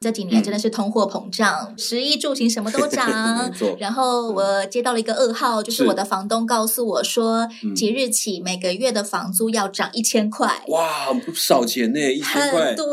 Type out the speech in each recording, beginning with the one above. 这几年真的是通货膨胀，食衣住行什么都涨嗯 没错。然后我接到了一个噩耗，就是是我的房东告诉我说，嗯即日起每个月的房租要涨一千块，哇，不少钱呢，一千块很。多。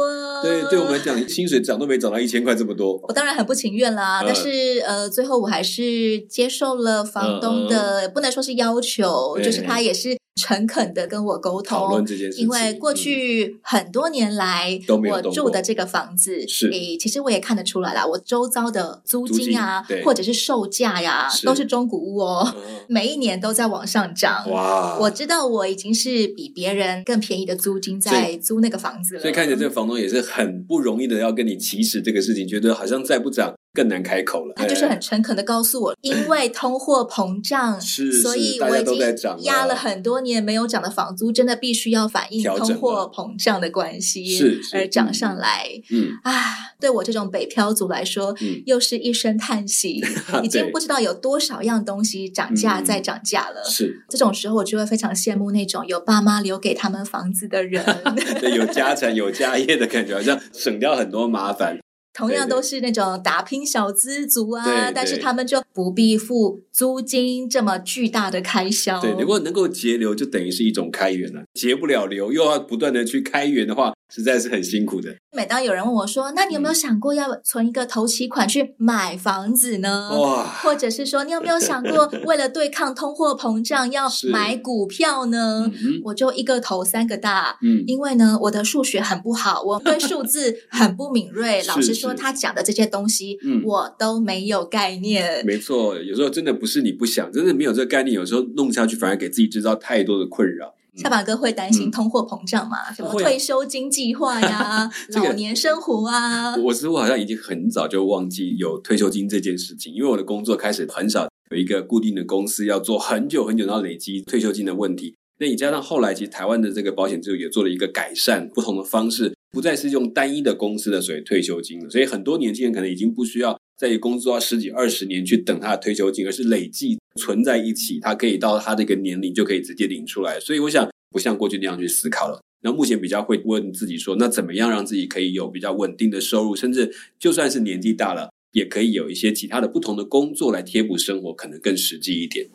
对，对我们来。 讲，薪水涨都没涨到一千块这么多。我当然很不情愿啦，嗯但是呃，最后我还是接受了房东的，不能说是要求，嗯对就是他也是诚恳的跟我沟讨论通。这件事哦情，嗯因为过去很多年来，都没有我动住过的这个房子，是诶，其实我也看得出来啦，我周遭的租租金啊，金对或者是售价呀、是都是中古屋哦，嗯 每一年都在往上涨。哇，我知道我已经是比别人更便宜的租金所在以租那个房子了，所以看起来这个房东也是很不容易的，要跟你起始这个事情，觉得好像再不涨更难开口了。他就是很哎诚恳的告诉 我，因为通货膨胀，是所以是大我家已都在涨经了压了很多年没有涨的房租，真的必须要反映调整通货了膨胀的关系，是是而涨上来。嗯啊，对我这种北漂族来说，嗯，，又是一声叹息 已经啊对不知道有多少样东西涨价嗯再涨价了。是这种时候，我就会非常羡慕那种有爸妈留给他们房子的 人。 对有家产有家业的感觉，好像省掉很多麻烦。同样都是那种打拼小资族对啊，对但是他们就不必付租金这么巨大的开销。对，能够能够节流，就等于是一种开源了。节不了流，又要不断的去开源的话，实在是很辛苦的。每当有人问我说：“那你有没嗯有想过要存一个头期款去买房子呢？”哇，或者是说，你有没有想过，为了对抗通货膨胀，要 是买股票 呢？嗯我就一个头三个大，嗯，因为呢，我的数学很不好，我对数字很不敏锐。 是老实说，是他讲的这些东西嗯，我都没有概念。没错，有时候真的不是你不想，真的没有这个概念，有时候弄下去反而给自己制造太多的困扰。下巴哥会担心嗯通货膨胀吗？什么会啊退休金计划呀、 这个老年生活啊我？我似乎好像已经很早就忘记有退休金这件事情，因为我的工作开始很少有一个固定的公司要做很久很久，然后累积退休金的问题。那你加上后来，其实台湾的这个保险制度也做了一个改善，不同的方式，不再是用单一的公司的所谓退休金了。所以很多年轻人可能已经不需要在工作到十几二十年去等他的退休金，而是累计存在一起，他可以到他这个年龄就可以直接领出来。所以我想，不像过去那样去思考了。那目前比较会问自己说，那怎么样让自己可以有比较稳定的收入，甚至就算是年纪大了，也可以有一些其他的不同的工作来贴补生活，可能更实际一点。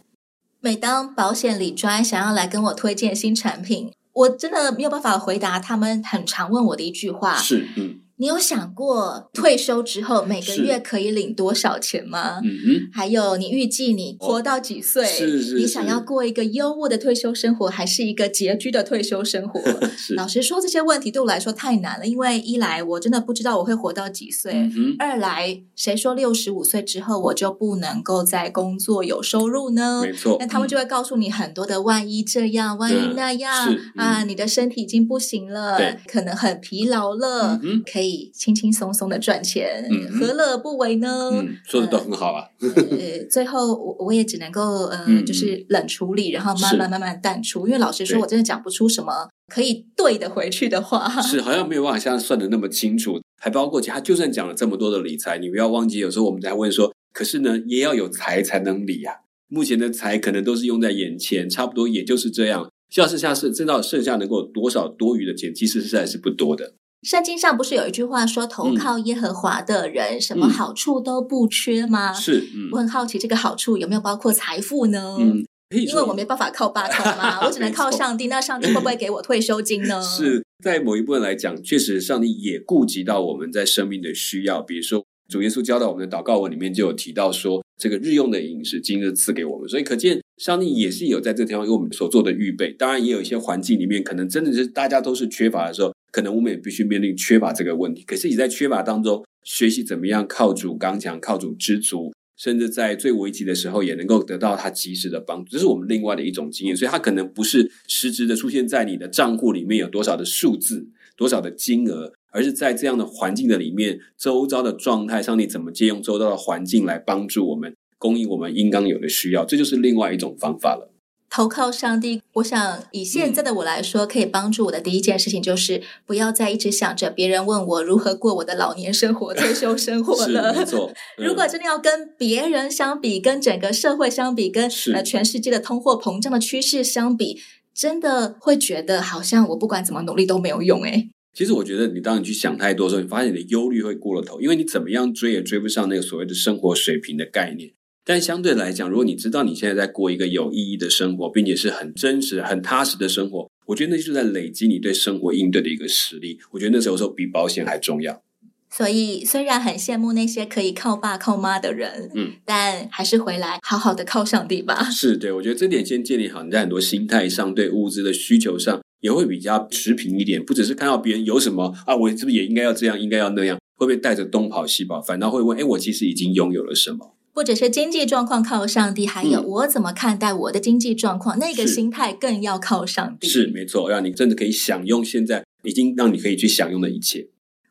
每当保险理专想要来跟我推荐新产品，我真的没有办法回答他们很常问我的一句话：是，嗯你有想过退休之后每个是月可以领多少钱吗？嗯嗯，还有，你预计你活到几岁？哦是是你想是要过一个优渥的退休生活，还是一个拮据的退休生活？ 是，老实说，这些问题对我来说太难了，因为一来我真的不知道我会活到几岁，嗯哼，二来谁说六十五岁之后我就不能够在工作有收入呢？没嗯错。嗯那他们就会告诉你很多的万一这样，万一那样、是嗯啊，你的身体已经不行了对，可能很疲劳了嗯，哼可以轻轻松松的赚钱，嗯哼何乐而不为呢？嗯，嗯说的都很好啊，呃，最后我我也只能够呃，嗯嗯就是冷处理，然后慢是慢慢慢淡出，因为老实说，对我真的讲不出什么可以对得回去的话。是好像没有办法像算的那么清楚，还包括其他，就算讲了这么多的理财，你不要忘记，有时候我们在问说，可是呢，也要有财才能理啊。目前的财可能都是用在眼前，差不多也就是这样。要是下次知道剩下能够有多少多余的钱，其实实在是不多的。 圣经上不是有一句话说，投嗯靠耶和华的人，什么嗯好处都不缺吗？是，啊我嗯很好奇，这个好处有没有包括财富呢？嗯，可以因为说我没办法靠爸靠 妈，我只能靠上帝。那上帝会不会给我退休金呢？，是在某一部分来讲，确实上帝也顾及到我们在生命的需要。比如说，主耶稣教导我们的祷告文里面就有提到说，这个日用的饮食今日赐给我们。所以可见，上帝也是有在这地方为我们所做的预备。当然，也有一些环境里面，可能真的是大家都是缺乏的时候，可能我们也必须面临缺乏这个问题。可是你在缺乏当中，学习怎么样靠主刚强，靠主知足。甚至在最危急的时候，也能够得到他及时的帮助，这是我们另外的一种经验。所以，它可能不是实质的出现在你的账户里面有多少的数字、多少的金额，而是在这样的环境的里面，周遭的状态上，你怎么借用周遭的环境来帮助我们，供应我们应当有的需要，这就是另外一种方法了。投靠上帝，我想以现在的我来说，可以帮助我的第一件事情就是不要再一直想着别人问我如何过我的老年生活、退休生活是了。没错，嗯如果真的要跟别人相比，跟整个社会相比，跟是呃全世界的通货膨胀的趋势相比，真的会觉得好像我不管怎么努力都没有用哎诶、其实我觉得，你当你去想太多的时候，你发现你的忧虑会过了头，因为你怎么样追也追不上那个所谓的生活水平的概念。但相对来讲，如果你知道你现在在过一个有意义的生活，并且是很真实、很踏实的生活，我觉得那就是在累积你对生活应对的一个实力。我觉得那时候说比保险还重要。所以虽然很羡慕那些可以靠爸靠妈的人，嗯，但还是回来好好的靠上帝吧。是对，我觉得这点先建立好，你在很多心态上、对物资的需求上也会比较持平一点，不只是看到别人有什么啊，我是不是也应该要这样、应该要那样，会不会带着东跑西跑，反倒会问：哎，我其实已经拥有了什么？不只是经济状况靠上帝，还有嗯我怎么看待我的经济状况，那个是心态更要靠上帝。是没错，让你真的可以享用现在已经让你可以去享用的一切。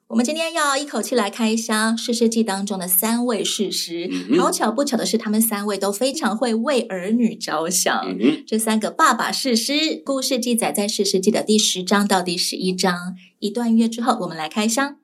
我们今天要一口气来开箱《士师记》当中的三位士师。嗯哼好巧不巧的是，他们三位都非常会为儿女着想。嗯哼，这三个爸爸士师故事记载在《士师记》的第十章到第十一章。一段音乐之后，我们来开箱。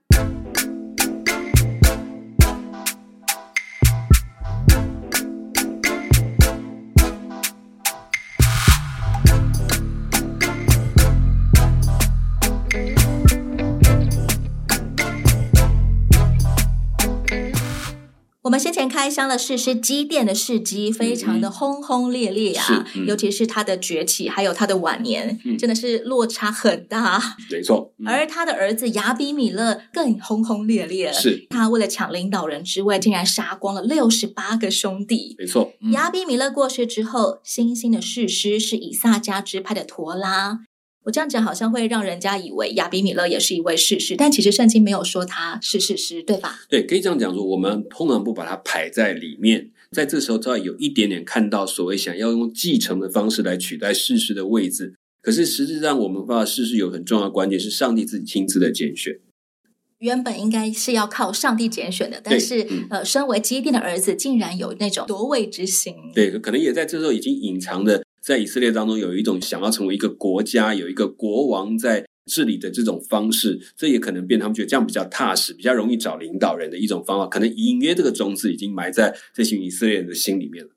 我们先前开箱了士师基甸的事迹，非常的轰轰烈烈啊，是嗯尤其是他的崛起，还有他的晚年，嗯真的是落差很大。没错，嗯、而他的儿子亚比米勒更轰轰烈烈，是他为了抢领导人之位，竟然杀光了六十八个兄弟。没错，嗯亚比米勒过世之后，新兴的士师是以撒家支派的陀拉。我这样讲好像会让人家以为亚比米勒也是一位士师，但其实圣经没有说他是士师，对吧？嗯对，可以这样讲说，我们通常不把它排在里面，在这时候，只要有一点点看到所谓想要用继承的方式来取代世事的位置，可是实质上我们发现世事有很重要的关键是上帝自己亲自的拣选。原本应该是要靠上帝拣选的，但是、嗯呃，身为基甸的儿子，竟然有那种夺位之心。，对，可能也在这时候已经隐藏的，在以色列当中有一种想要成为一个国家、有一个国王在治理的这种方式，这也可能变他们觉得这样比较踏实，比较容易找领导人的一种方法。可能隐约这个种子已经埋在这群以色列人的心里面了。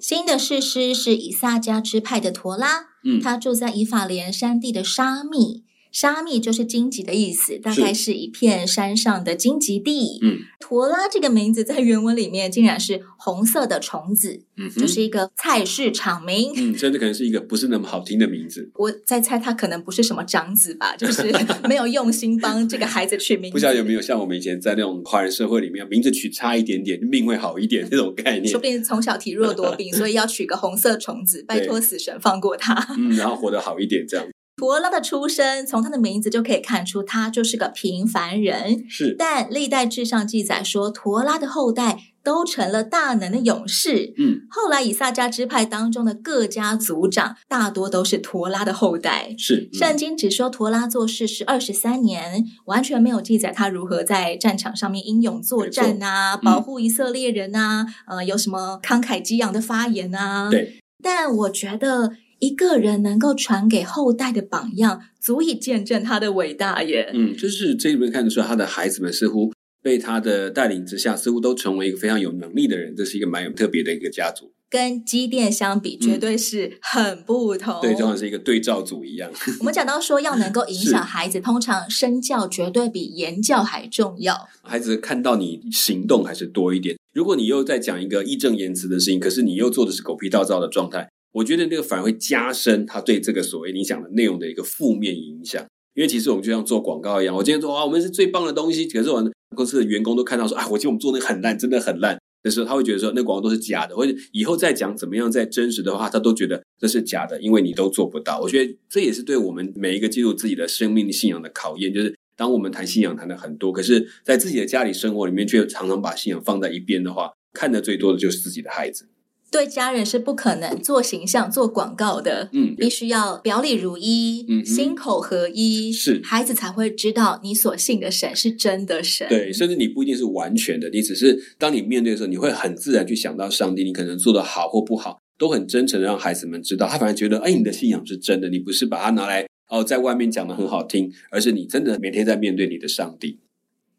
新的士师是以撒家支派的陀拉，嗯，他住在以法莲山地的沙密。沙密就是荆棘的意思，大概是一片山上的荆棘地。嗯陀拉这个名字在原文里面竟然是红色的虫子，嗯哼，就是一个菜市场名。嗯，甚至可能是一个不是那么好听的名字，我在猜他可能不是什么长子吧，就是 没有用心帮这个孩子取名字。不晓得有没有像我们以前在那种华人社会里面，名字取差一点点，命会好一点那种概念说。不定从小体弱多病，所以要取个红色虫子，拜托死神放过他。嗯，然后活得好一点，这样陀拉的出身，从他的名字就可以看出，他就是个平凡人。是但历代志上记载说，陀拉的后代都成了大能的勇士。嗯后来以撒家支派当中的各家族长，大多都是陀拉的后代。是嗯圣经只说陀拉做事是二十三年，完全没有记载他如何在战场上面英勇作战啊，没错嗯保护以色列人啊，呃，有什么慷慨激昂的发言啊。嗯，对，但我觉得一个人能够传给后代的榜样，足以见证他的伟大耶。嗯，就是这里面看得出来，他的孩子们似乎被他的带领之下，似乎都成为一个非常有能力的人，这是一个蛮有特别的一个家族，跟基甸相比，绝对是很不同。嗯对，就好像是一个对照组一样，我们讲到说要能够影是响孩子，通常身教绝对比言教还重要。孩子看到你行动还是多一点。如果你又在讲一个义正言辞的事情，可是你又做的是狗屁倒灶的状态，我觉得那个反而会加深他对这个所谓你讲的内容的一个负面影响。因为其实我们就像做广告一样，我今天说啊，我们是最棒的东西，可是我们公司的员工都看到说啊，我觉得我们做那个很烂，真的很烂的时候，他会觉得说那广告都是假的，或者以后再讲怎么样再真实的话，他都觉得这是假的，因为你都做不到。我觉得这也是对我们每一个基督徒自己的生命信仰的考验，就是当我们谈信仰谈的很多，可是在自己的家里生活里面却常常把信仰放在一边的话，看的最多的就是自己的孩子。对家人是不可能做形象、做广告的，嗯，必须要表里如一，嗯哼心口合一，是孩子才会知道你所信的神是真的神。对，甚至你不一定是完全的，你只是当你面对的时候，你会很自然去想到上帝，你可能做的好或不好，都很真诚的让孩子们知道，他反而觉得，哎，你的信仰是真的，你不是把它拿来哦，在外面讲的很好听，而是你真的每天在面对你的上帝。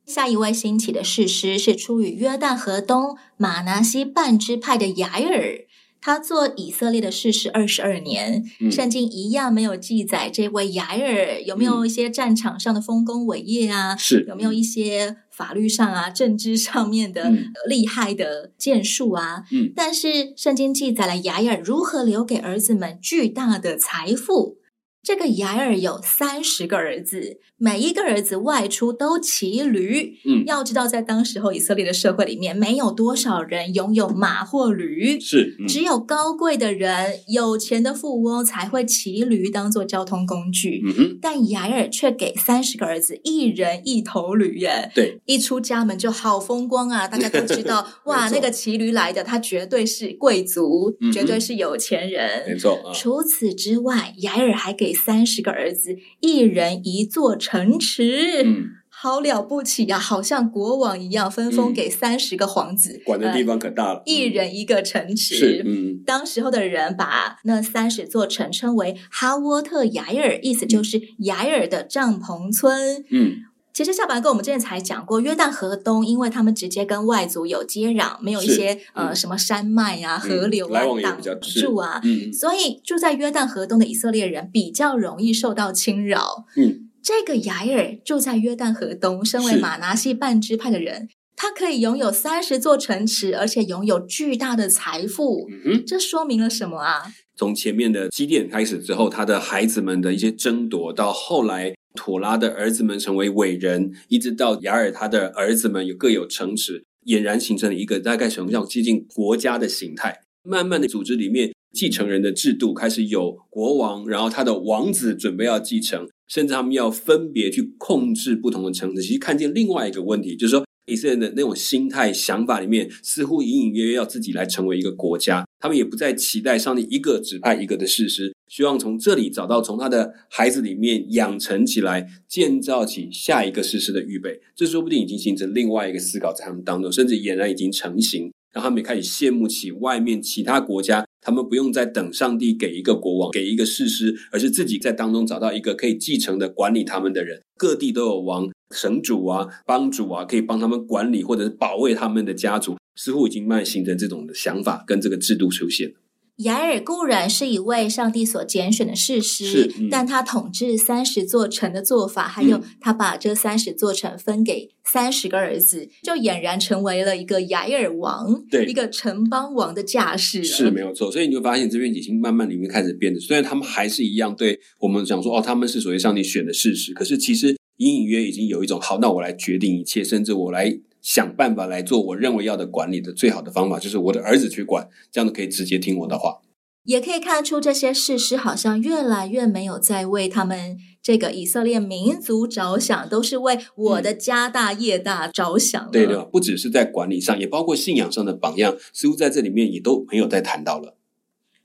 下一位兴起的士师是出于约旦河东马拿西半支派的雅尔，他做以色列的士师二十二年。嗯圣经一样没有记载这位雅尔有没有一些战场上的丰功伟业啊，是有没有一些法律上啊、政治上面的嗯呃厉害的建树啊？嗯但是圣经记载了雅尔如何留给儿子们巨大的财富。这个雅尔有三十个儿子，每一个儿子外出都骑驴。嗯，要知道，在当时候以色列的社会里面，没有多少人拥有马或驴，是嗯只有高贵的人、有钱的富翁才会骑驴当做交通工具。嗯哼，但雅尔却给三十个儿子一人一头驴耶，对，一出家门就好风光啊！大家都知道，哇， 没错那个骑驴来的，他绝对是贵族，嗯哼绝对是有钱没人。错啊，除此之外，雅尔还给三十个儿子一人一座城池，嗯，好了不起呀、好像国王一样，分封嗯给三十个皇子，管的地呃方可大了，嗯一人一个城池。是嗯当时候的人把那三十座城称为哈沃特雅尔，意思就是雅尔的帐篷村。嗯其实下班哥我们之前才讲过，约旦河东，因为他们直接跟外族有接壤，没有一是些、呃嗯什么山脉啊、河流啊来往也挡比较是住啊，嗯所以住在约旦河东的以色列人比较容易受到侵扰。嗯，这个雅尔住在约旦河东，身为是马拿西半支派的人，他可以拥有三十座城池，而且拥有巨大的财富。嗯哼。这说明了什么啊？从前面的基甸开始之后，他的孩子们的一些争夺，到后来妥拉的儿子们成为伟人，一直到雅尔他的儿子们有各有城池，俨然形成了一个大概什么叫接近国家的形态。慢慢的，组织里面继承人的制度开始有国王，然后他的王子准备要继承，甚至他们要分别去控制不同的城市。其实看见另外一个问题，就是说以色列的那种心态想法里面，似乎隐隐约约要自己来成为一个国家，他们也不再期待上帝一个指派一个的事实，希望从这里找到从他的孩子里面养成起来，建造起下一个事实的预备。这说不定已经形成另外一个思考在他们当中，甚至俨然已经成型。让他们也开始羡慕起外面其他国家，他们不用再等上帝给一个国王、给一个士师，而是自己在当中找到一个可以继承的、管理他们的人。各地都有王、省主啊、帮主啊，可以帮他们管理或者是保卫他们的家族，似乎已经慢慢形成这种的想法跟这个制度出现。雅尔固然是一位上帝所拣选的士师是，嗯嗯但他统治三十座城的做法，还有他把这三十座城分给三十个儿子，就俨然成为了一个雅尔王，对一个城邦王的架势了。是没有错，所以你会发现这边已经慢慢里面开始变得，虽然他们还是一样对我们讲说哦，他们是所谓上帝选的事实，可是其实隐隐约已经有一种好，那我来决定一切，甚至我来想办法来做我认为要的管理的最好的方法，就是我的儿子去管，这样子可以直接听我的话。也可以看出，这些士师好像越来越没有在为他们这个以色列民族着想，都是为我的家大业大着想了。嗯对的，不只是在管理上，也包括信仰上的榜样，似乎在这里面也都没有再谈到了。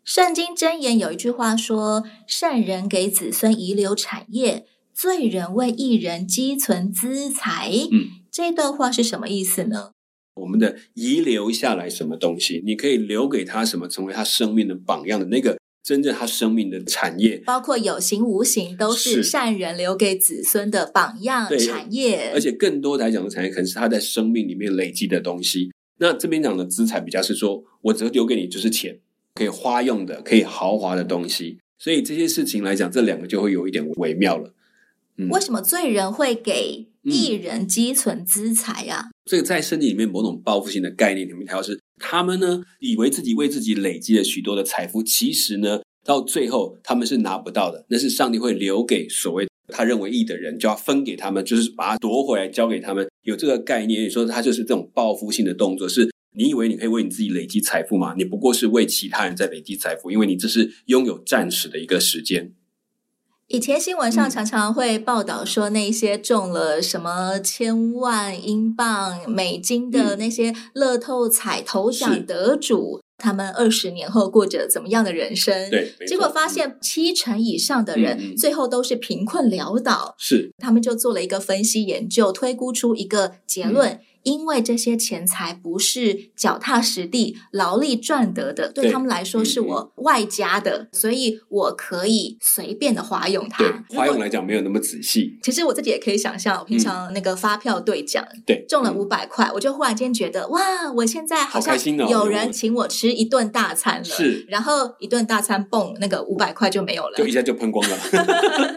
圣经箴言有一句话说：“善人给子孙遗留产业，罪人为一人积存资财。”嗯，这段话是什么意思呢？我们的遗留下来什么东西，你可以留给他什么，成为他生命的榜样的那个真正他生命的产业，包括有形无形，都是是善人留给子孙的榜样对产业。而且更多来讲的产业，可能是他在生命里面累积的东西。那这边讲的资产比较是说，我只留给你就是钱，可以花用的，可以豪华的东西。所以这些事情来讲，这两个就会有一点微妙了。嗯为什么罪人会给一人积存资财啊？这个在圣经里面某种报复性的概念里面，它要是他们呢，以为自己为自己累积了许多的财富，其实呢，到最后他们是拿不到的，那是上帝会留给所谓他认为义的人，就要分给他们，就是把它夺回来交给他们。有这个概念，你说他就是这种报复性的动作，是你以为你可以为你自己累积财富吗？你不过是为其他人在累积财富，因为你这是拥有暂时的一个时间。以前新闻上嗯常常会报道说，那些中了什么千万英镑、美金的嗯那些乐透彩头奖是得主，他们二十年后过着怎么样的人生。对，没错嗯结果发现七成以上的人嗯嗯最后都是贫困潦倒，是他们就做了一个分析研究，推估出一个结嗯论。因为这些钱财不是脚踏实地劳力赚得的，对对嗯他们来说是我外加的，所以我可以随便的花用它对。啊如花果用来讲没有那么仔细，其实我自己也可以想象，我平常那个发票兑奖、对，中了嗯五百块，我就忽然间觉得哇，我现在好好像开心哦有人请我吃一顿大餐了，是然后一顿大餐蹦那个五百块就没有了就。一下就喷光了，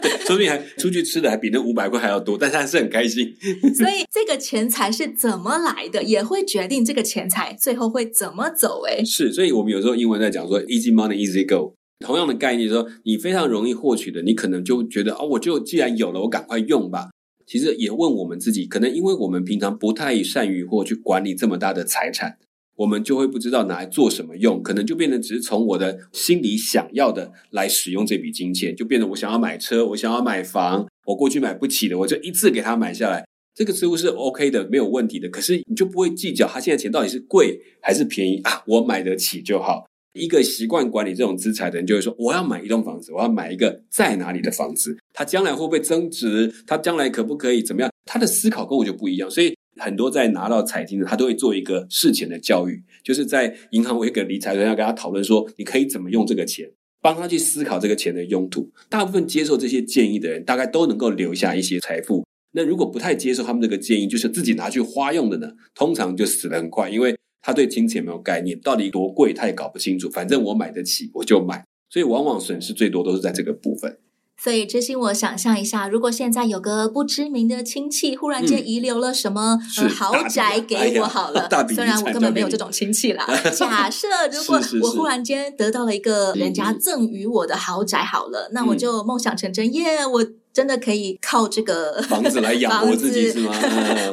对，说不定还出去吃的还比那五百块还要多，但是还是很开心。 所以这个钱财是怎么来的，也会决定这个钱财最后会怎么走、诶，哎，是，所以我们有时候英文在讲说 easy money easy go，同样的概念说，你非常容易获取的，你可能就觉得啊、我就既然有了，我赶快用吧。其实也问我们自己，可能因为我们平常不太善于或去管理这么大的财产，我们就会不知道拿来做什么用，可能就变得只是从我的心里想要的来使用这笔金钱，就变得我想要买车，我想要买房，我过去买不起的，我就一次给它买下来。这个似乎是 OK 的，没有问题的。可是你就不会计较它现在钱到底是贵还是便宜啊？我买得起就好。一个习惯管理这种资产的人，就会说：我要买一栋房子，我要买一个在哪里的房子，它将来会不会增值？它将来可不可以怎么样？他的思考跟我就不一样，所以很多在拿到财经的，他都会做一个事前的教育，就是在银行我有一个理财人要跟他讨论说，你可以怎么用这个钱。帮他去思考这个钱的用途，大部分接受这些建议的人，大概都能够留下一些财富，那如果不太接受他们这个建议，就是自己拿去花用的呢，通常就死得很快，因为他对金钱没有概念，到底多贵他也搞不清楚，反正我买得起我就买，所以往往损失最多都是在这个部 分。所以知心，我想象一下，如果现在有个不知名的亲戚忽然间嗯遗留了什么、是呃、大豪笔宅哎给呀我好了， 大笔虽遗然我产根本交没有给这你种亲戚啦。 假设如果是是我是忽然间得到了一个人家嗯嗯赠予我的豪宅好了，那我嗯就梦想成真，耶！我真的可以靠这个 房子来养活自己房子是吗 嗯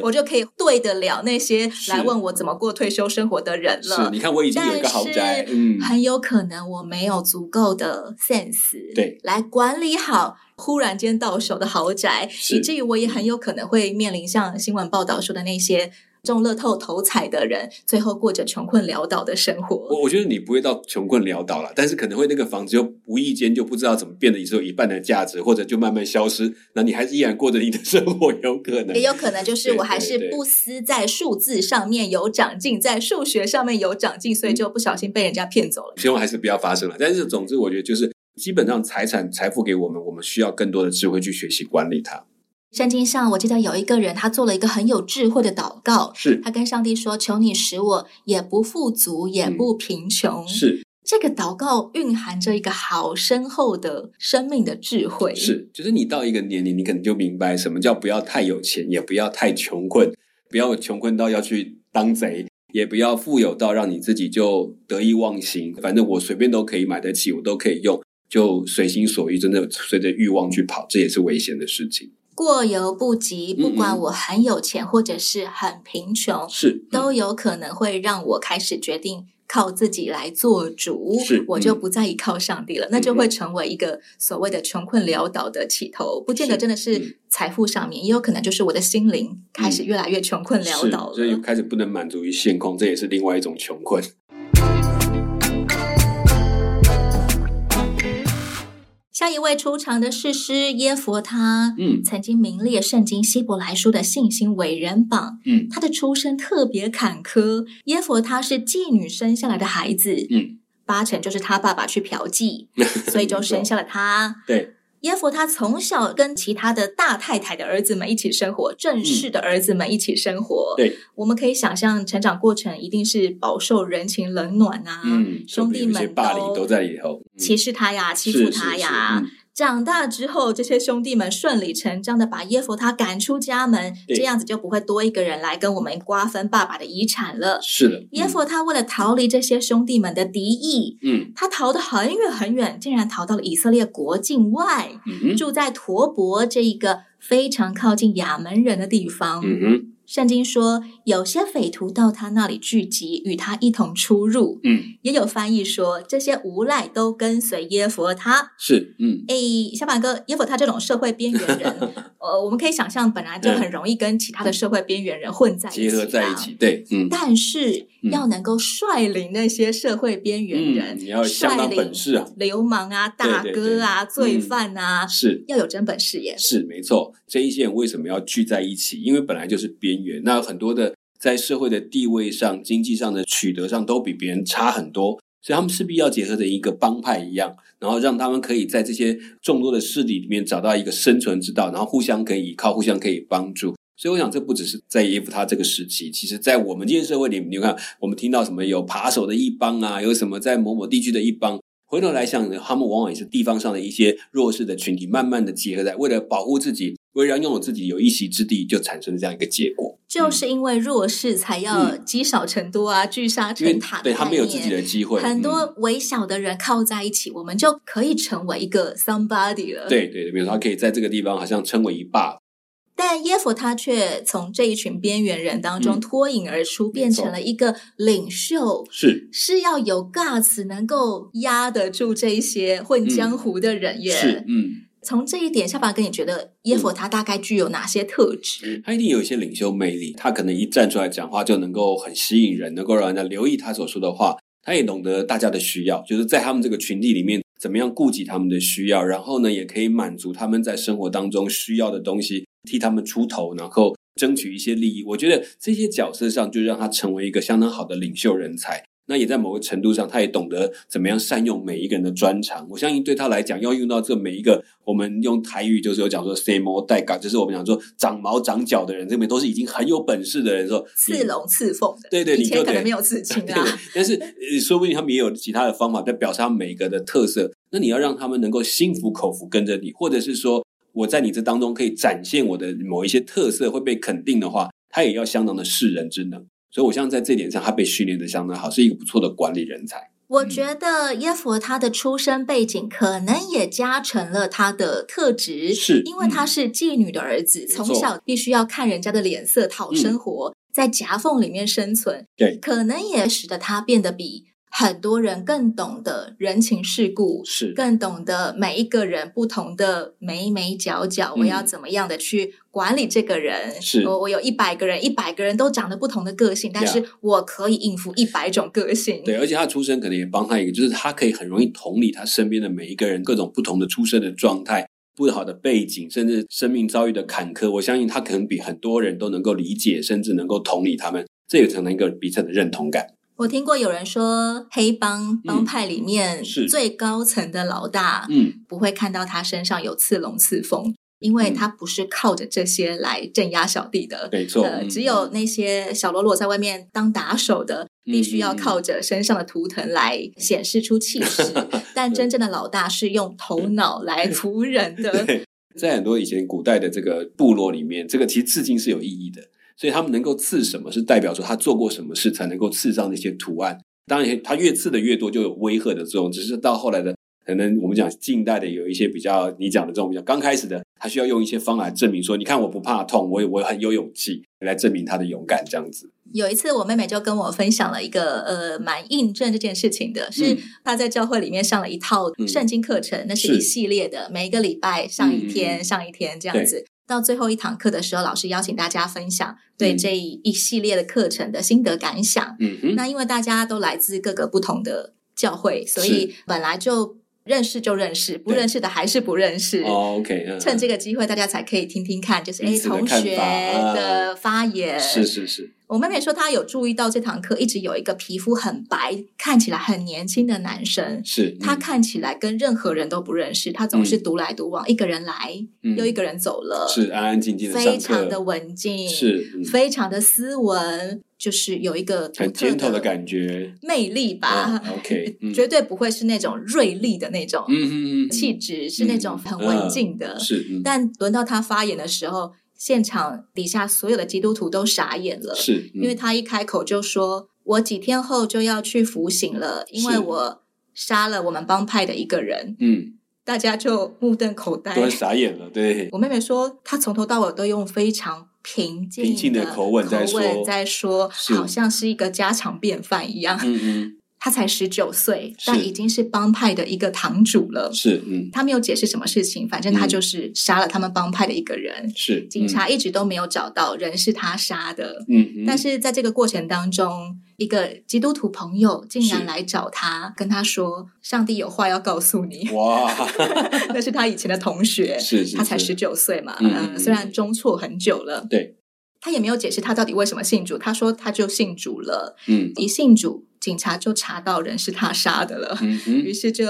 我就可以对得了那些是来问我怎么过退休生活的人了。嗯 是，你看我已经有一个豪宅，嗯，很有可能我没有足够的 sense，对，来管理好忽然间到手的豪宅，是以至于我也很有可能会面临像新闻报道说的那些中乐透头彩的人，最后过着穷困潦倒的生活。我我觉得你不会到穷困潦倒了，但是可能会那个房子又无意间就不知道怎么变得只有一半的价值，或者就慢慢消失，那你还是依然过着你的生活，有可能也有可能就是对我还是对对不思在数字上面有长进，在数学上面有长进，所嗯以就不小心被人家骗走了。希望还是不要发生了。但是总之，我觉得就是基本上财产财富给我们，我们需要更多的智慧去学习管理它。圣经上我记得有一个人，他做了一个很有智慧的祷告，是他跟上帝说：“求你使我也不富足，也不贫穷。是这个祷告蕴含着一个好深厚的生命的智慧。，是，就是你到一个年龄，你可能就明白什么叫不要太有钱，也不要太穷困，不要穷困到要去当贼。也不要富有到让你自己就得意忘形，反正我随便都可以买得起，我都可以用，就随心所欲，真的随着欲望去跑，这也是危险的事情。过犹不及。嗯不管我很有钱，或者是很贫穷，是都有可能会让我开始决定靠自己来做主。是嗯我就不再依靠上帝了，那就会成为一个所谓的穷困潦倒的起头。不见得是真的嗯是财富上面，也有可能就是我的心灵开始越来越穷困潦嗯是倒了。所以开始不能满足于现况，这也是另外一种穷困。下一位出场的是师耶佛他，嗯曾经名列圣经希伯来书的信心伟人榜。嗯他的出身特别坎坷，耶佛他是妓女生下来的孩子，嗯，八成就是他爸爸去嫖 妓，所以就生下了他。对，耶佛他从小跟其他的大太太的儿子们一起生活，正式的儿子们一起生活。对，我们可以想象成长过程一定是饱受人情冷暖啊，嗯，兄弟有些们霸凌都在里头，嗯歧视他呀，欺是负他呀，是是嗯长大之后，这些兄弟们顺理成章的把耶佛他赶出家门，对这样子就不会多一个人来跟我们瓜分爸爸的遗产了。是的，耶佛他为了逃离这些兄弟们的敌意，嗯，他逃得很远很远，竟然逃到了以色列国境外，嗯嗯住在陀伯这一个非常靠近亚门人的地方。嗯哼，圣经说，有些匪徒到他那里聚集，与他一同出入。嗯，也有翻译说，这些无赖都跟随耶佛他。是，嗯，诶，哎小马哥，耶佛他这种社会边缘 人，呃，我们可以想象，本来就很容易跟其他的社会边缘人混在一起、啊结合在一起，。对，嗯，但是嗯要能够率领那些社会边缘人，嗯你要有相当本事啊率领流氓啊、大对对嗯哥啊、罪犯啊，是。要有真本事耶。是没错，这一些人为什么要聚在一起？因为本来就是边缘，那很多的在社会的地位上、经济上的取得上都比别人差很多，所以他们势必要结合成一个帮派一样，然后让他们可以在这些众多的势力里面找到一个生存之道，然后互相可以依靠，互相可以帮助。所以我想，这不只是在耶夫他这个时期，其实在我们今天社会里，你看，我们听到什么有扒手的一帮啊，有什么在某某地区的一帮，回头来想呢，他们往往也是地方上的一些弱势的群体，慢慢的结合在，为了保护自己，为了让拥有自己有一席之地，就产生了这样一个结果。就是因为弱势才要嗯积少成多啊，聚沙因为成塔的概念。对他们有自己的机会，很嗯多微小的人靠在一起，我们就可以成为一个 somebody 了。，嗯对对，比如说他可以在这个地方好像称为一霸，但耶佛他却从这一群边缘人当中嗯脱颖而出，变成了一个领袖。是是要有 guts 能够压得住这一些混江湖的人耶。嗯是，嗯，从这一点，下巴哥，你觉得耶佛他大概具有哪些特质？他一定有一些领袖魅力，他可能一站出来讲话就能够很吸引人，能够让人家留意他所说的话。他也懂得大家的需要，就是在他们这个群体里面，怎么样顾及他们的需要，然后呢，也可以满足他们在生活当中需要的东西，替他们出头，然后争取一些利益。我觉得这些角色上就让他成为一个相当好的领袖人才。那也在某个程度上，他也懂得怎么样善用每一个人的专长。我相信对他来讲，要用到这每一个，我们用台语就是有讲说 “say more 带嘎”，就是我们讲说长毛长脚的人，这边都是已经很有本事的人说，你刺龙刺凤的，对对以你就前可得能没有刺青对， 啊。但是呃说不定他们也有其他的方法在表示他们每一个的特色。那你要让他们能够心服口服跟着你，或者是说我在你这当中可以展现我的某一些特色会被肯定的话，他也要相当的世人之能。所以我相信在这点上，他被训练的相当好，是一个不错的管理人才。我觉得耶佛他的出身背景可能也加成了他的特质，是嗯因为他是妓女的儿子，错嗯从小必须要看人家的脸色讨生活，在夹缝里面生存，对可能也使得他变得比很多人更懂得人情世故。是更懂得每一个人不同的眉眉角角，嗯我要怎么样的去管理这个人？是我我有一百个人，一百个人都长得不同的个性，但是我可以应付一百种个性。对，而且他出身可能也帮他一个，就是他可以很容易同理他身边的每一个人各种不同的出身的状态、不好的背景，甚至生命遭遇的坎坷。我相信他可能比很多人都能够理解，甚至能够同理他们，这也成了一个彼此的认同感。我听过有人说，黑帮帮派里面嗯是最高层的老大，嗯，不会看到他身上有刺龙刺凤，因为他不是靠着这些来镇压小弟的。没错，呃，嗯只有那些小喽啰在外面当打手的，嗯必须要靠着身上的图腾来显示出气嗯势。 但真正的老大是用头脑 来服人的。对，在很多以前古代的这个部落里面，这个其实刺青是有意义的，所以他们能够刺什么是代表说他做过什么事才能够刺上那些图案。当然，他越刺的越多，就有威吓的作用。只是到后来的，可能我们讲近代的有一些比较你讲的这种比较刚开始的，他需要用一些方法证明说，你看我不怕痛，我我很有勇气来证明他的勇敢这样子。有一次，我妹妹就跟我分享了一个呃蛮印证这件事情的，是嗯她在教会里面上了一套嗯圣经课程，那是是一系列的，每一个礼拜上一天，嗯上一天这样子。到最后一堂课的时候，老师邀请大家分享对嗯这一一系列的课程的心得感想。嗯哼，那因为大家都来自各个不同的教会，所以本来就认识就认识，不认识的还是不认识。哦，OK，嗯，趁这个机会，大家才可以听听看，就是彼哎，此的同看学法啊的发言。是是是，我妹妹说，她有注意到这堂课一直有一个皮肤很白、看起来很年轻的男生，是嗯他看起来跟任何人都不认识，他总是独来独往，一个人来又一个个人走了，嗯是安安静静的上非课，常的文静，是、嗯非常的斯文，就是有一个独很特尖头的感觉。魅力吧。嗯，OK，嗯 绝对不会是那种锐利的那种嗯嗯嗯，嗯气质，是那种很文静的。是，嗯但轮到他发言的时候，现场底下所有的基督徒都傻眼了，是，嗯因为他一开口就说：“我几天后就要去服刑了，因为是我杀了我们帮派的一个人。嗯，”大家就目瞪口呆都。很傻眼了，对，我妹妹说，她从头到尾都用非常平静平静的口吻在说在说是好像是一个家常便饭一 样。嗯嗯，他才十九岁，是但已经是帮派的一个堂主了。是嗯他没有解释什么事情，反正他嗯就是杀了他们帮派的一个人。是警察一直都没有找到人是他杀的，嗯嗯嗯，但是在这个过程当中，一个基督徒朋友竟是然来找他，跟他说：“上帝有话要告诉 你。 哇，”那是他以前的同学，是是，他才是十九岁嘛，嗯嗯，虽然中错很久了，对，他也没有解释他到底为什么信主，他说他就信主了，嗯一信主，警察就查到人是他杀的了，嗯于哼，是就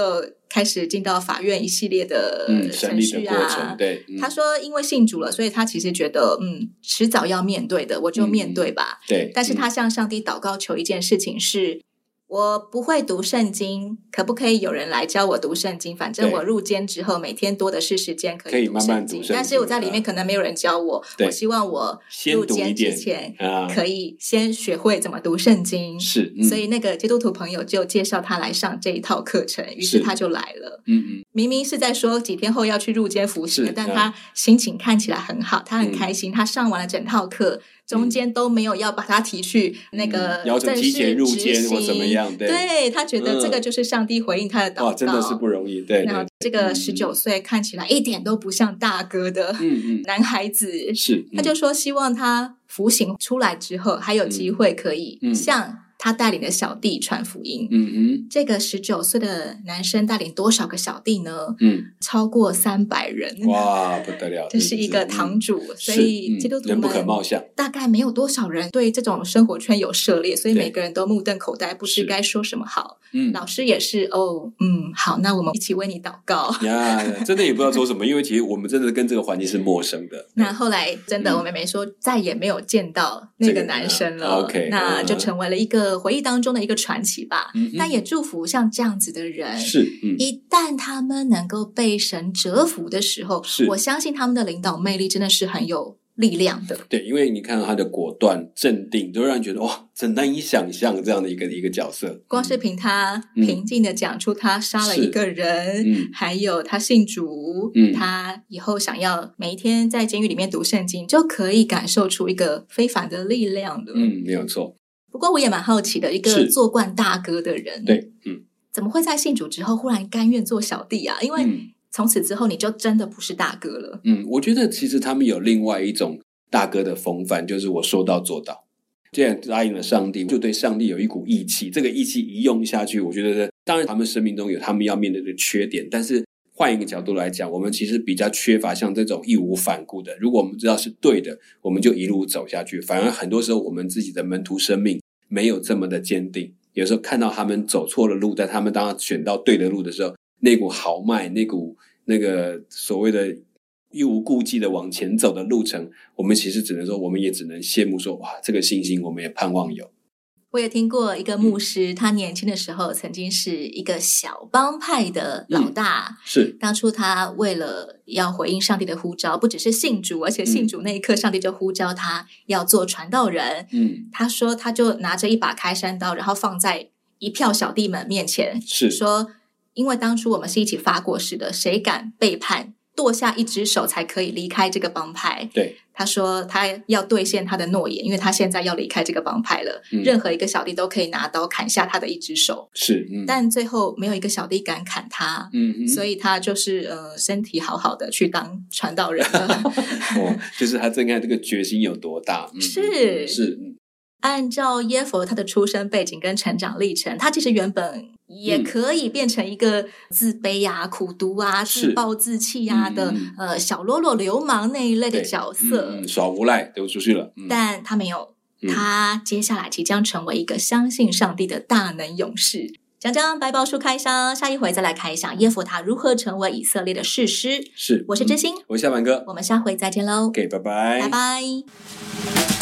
开始进到法院一系列的嗯，审程理的序过啊程，。对，嗯他说，因为信主了，所以他其实觉得，嗯，迟早要面对的，我就嗯面对吧。对，但是嗯他向上帝祷告求一件事情是：我不会读圣经，可不可以有人来教我读圣经？反正对我入监之后，每天多的是时间可可以以读慢圣经，慢读圣经啊但是我在里面可能没有人教我。对我希望我先入读一监点之前啊，可以先学会怎么读圣经。是，嗯所以那个基督徒朋友就介绍他来上这一套课程，于是是他就来了。嗯嗯明明是在说几天后要去入监服是刑，但嗯他心情看起来很好，他嗯很开心，他上完了整套课，中间都没有要把他提去那个嗯要求正提前式入执监或行怎么样对对他觉得这个嗯就是上帝回应他的祷告，哇，真的是不容易，对然后对，这嗯个十九岁看起来一点都不像大哥的嗯男孩子嗯，是，他嗯就说希望他服刑出来之后，还有机会可以嗯嗯向他带领的小弟传福音。嗯这个十九岁的男生带领多少个小弟呢？嗯超过三百人。 嗯，哇，不得了，这是一个堂主，主，所嗯是以嗯基督徒人不们可貌相，大概没有多少人对这种生活圈有涉猎，所以对每个人都目瞪口呆，不知是该说什么好。嗯。老师也是，哦，嗯，好，那我们一起为你祷告。 呀，真的也不知道说什么，因为其实我们真的跟这个环境是陌生的。那后来真嗯的，我妹妹说再也没有见到那个男生了。这个人啊，OK，那就成为了一个回忆当中的一个传奇吧。嗯哼但也祝福像这样子的人，是，嗯，一旦他们能够被神折服的时候是，我相信他们的领导魅力真的是很有力量的。对，因为你看到他的果断、镇定，都让人觉得哇，真难以想象这样的一个一个角色。光是凭他嗯平静的讲出他杀了是一个人，嗯还有他信主，嗯他以后想要每一天在监狱里面读圣经，就可以感受出一个非凡的力量了。嗯，没有错，不过我也蛮好奇的，一是个做惯大哥的人，，对，嗯，怎么会在信主之后忽然甘愿做小弟啊？因为嗯从此之后你就真的不是大哥了。嗯，我觉得其实他们有另外一种大哥的风范，就是我说到做到。既然答应了上帝，就对上帝有一股义气。这个义气一用下去，我觉得当然他们生命中有他们要面对的缺点，但是换一个角度来讲，我们其实比较缺乏像这种义无反顾的。如果我们知道是对的，我们就一路走下去。反而很多时候，我们自己的门徒生命没有这么的坚定。有时候看到他们走错了路，但他们当他选到对的路的时候，那股豪迈，那股那个所谓的义无顾忌的往前走的路程，我们其实只能说，我们也只能羡慕说，哇，这个信心我们也盼望有。我也听过一个牧师，他年轻的时候曾经是一个小帮派的老大。是，当初他为了要回应上帝的呼召，不只是信主，而且信主那一刻，上帝就呼召他要做传道人。嗯，他说，他就拿着一把开山刀，然后放在一票小弟们面前，是，说，因为当初我们是一起发过誓的，谁敢背叛，剁下一只手才可以离开这个帮派。对，他说他要兑现他的诺言，因为他现在要离开这个帮派了。嗯任何一个小弟都可以拿刀砍下他的一只手，是，嗯，但最后没有一个小弟敢砍他。嗯哼，所以他就是呃，身体好好的去当传道人了。 哦，就是他这看这个决心有多大，嗯、是嗯是，嗯按照耶佛他的出生背景跟成长历程，他其实原本也嗯可以变成一个自卑啊、苦读啊、是自暴自弃啊嗯的、嗯呃小喽啰流氓那一类的对角嗯色，嗯耍无赖丢出去了，嗯、但他没有嗯。他接下来即将成为一个相信上帝的大能勇士。讲讲白宝书开箱，下一回再来开箱耶佛他如何成为以色列的士师。是，我是嗯真心，我是夏凡哥我们下回再见喽， ，OK，拜拜拜。